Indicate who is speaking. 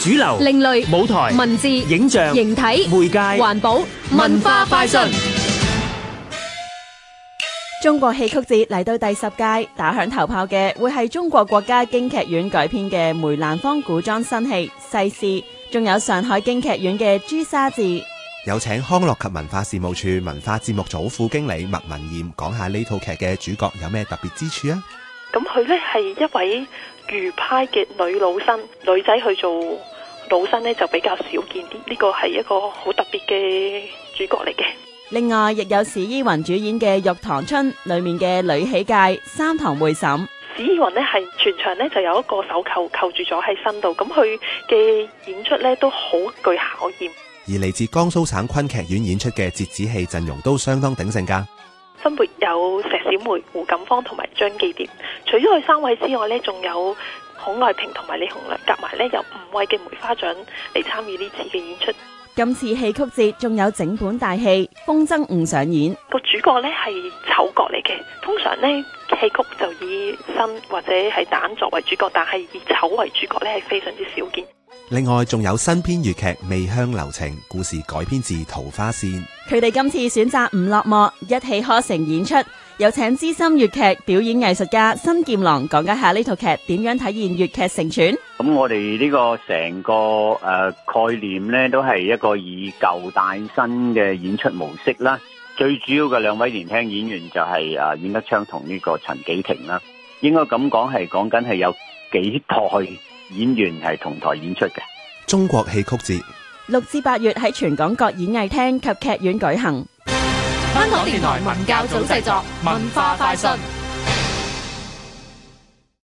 Speaker 1: 主流、
Speaker 2: 另類
Speaker 1: 舞台、
Speaker 2: 文字、
Speaker 1: 影像、
Speaker 2: 形體、
Speaker 1: 媒介、
Speaker 2: 環保、文
Speaker 1: 文化
Speaker 2: 化
Speaker 1: 快
Speaker 2: 快訊
Speaker 1: 訊。
Speaker 3: 中國戲曲節嚟到第十屆，打響頭炮嘅會係中國國家京劇院改編嘅梅蘭芳古裝新戲《世事》，仲有上海京劇院嘅《朱砂痣》。
Speaker 4: 有請康樂及文化事務處文化節目組副經理麥文燕講下呢套劇嘅主角有咩特別之處啊？
Speaker 5: 咁佢呢係一位魚派嘅女老生，女仔去做老生呢就比較少見啲，呢個係一個好特別嘅主角嚟嘅。
Speaker 3: 另外，亦有史依雲主演嘅《玉堂春》裏面嘅呂喜介、三堂會審。
Speaker 5: 史依雲呢係全場呢就有一個手扣扣住咗喺身度，咁佢嘅演出呢都好具考驗。
Speaker 4: 而嚟自江蘇省昆劇院演出嘅折子戲陣容都相當鼎盛㗎。
Speaker 5: 分別有石小梅、胡錦芳同埋張記蝶。除咗佢三位之外呢，仲有孔愛萍同埋李紅亮，夾埋呢有五位嘅梅花獎嚟參與呢次嘅演出。
Speaker 3: 今次戲曲節仲有整本大戲《風箏誤》上演。
Speaker 5: 個主角呢係丑角嚟嘅，通常呢，戲曲就以身或者係蛋作為主角，但係以丑為主角呢係非常之少見。
Speaker 4: 另外仲有新編粵劇《味香留情》，故事改編自《桃花扇》。
Speaker 3: 佢哋今次選擇唔落幕，一氣呵成演出。有請資深粵劇表演藝術家辛劍郎講解下呢套劇點樣體現粵劇承傳。
Speaker 6: 咁我哋呢個成個誒、呃概念呢，都係一個以舊帶新嘅演出模式啦。最主要嘅兩位年輕演員就係、啊阮德昌同呢個陳紀婷啦。應該咁講係講緊係有幾代演員係同台演出嘅。
Speaker 4: 中國戲曲節
Speaker 3: 六至八月喺全港各演藝廳及劇院舉行。
Speaker 2: 香港電台文教組製作，文化快訊。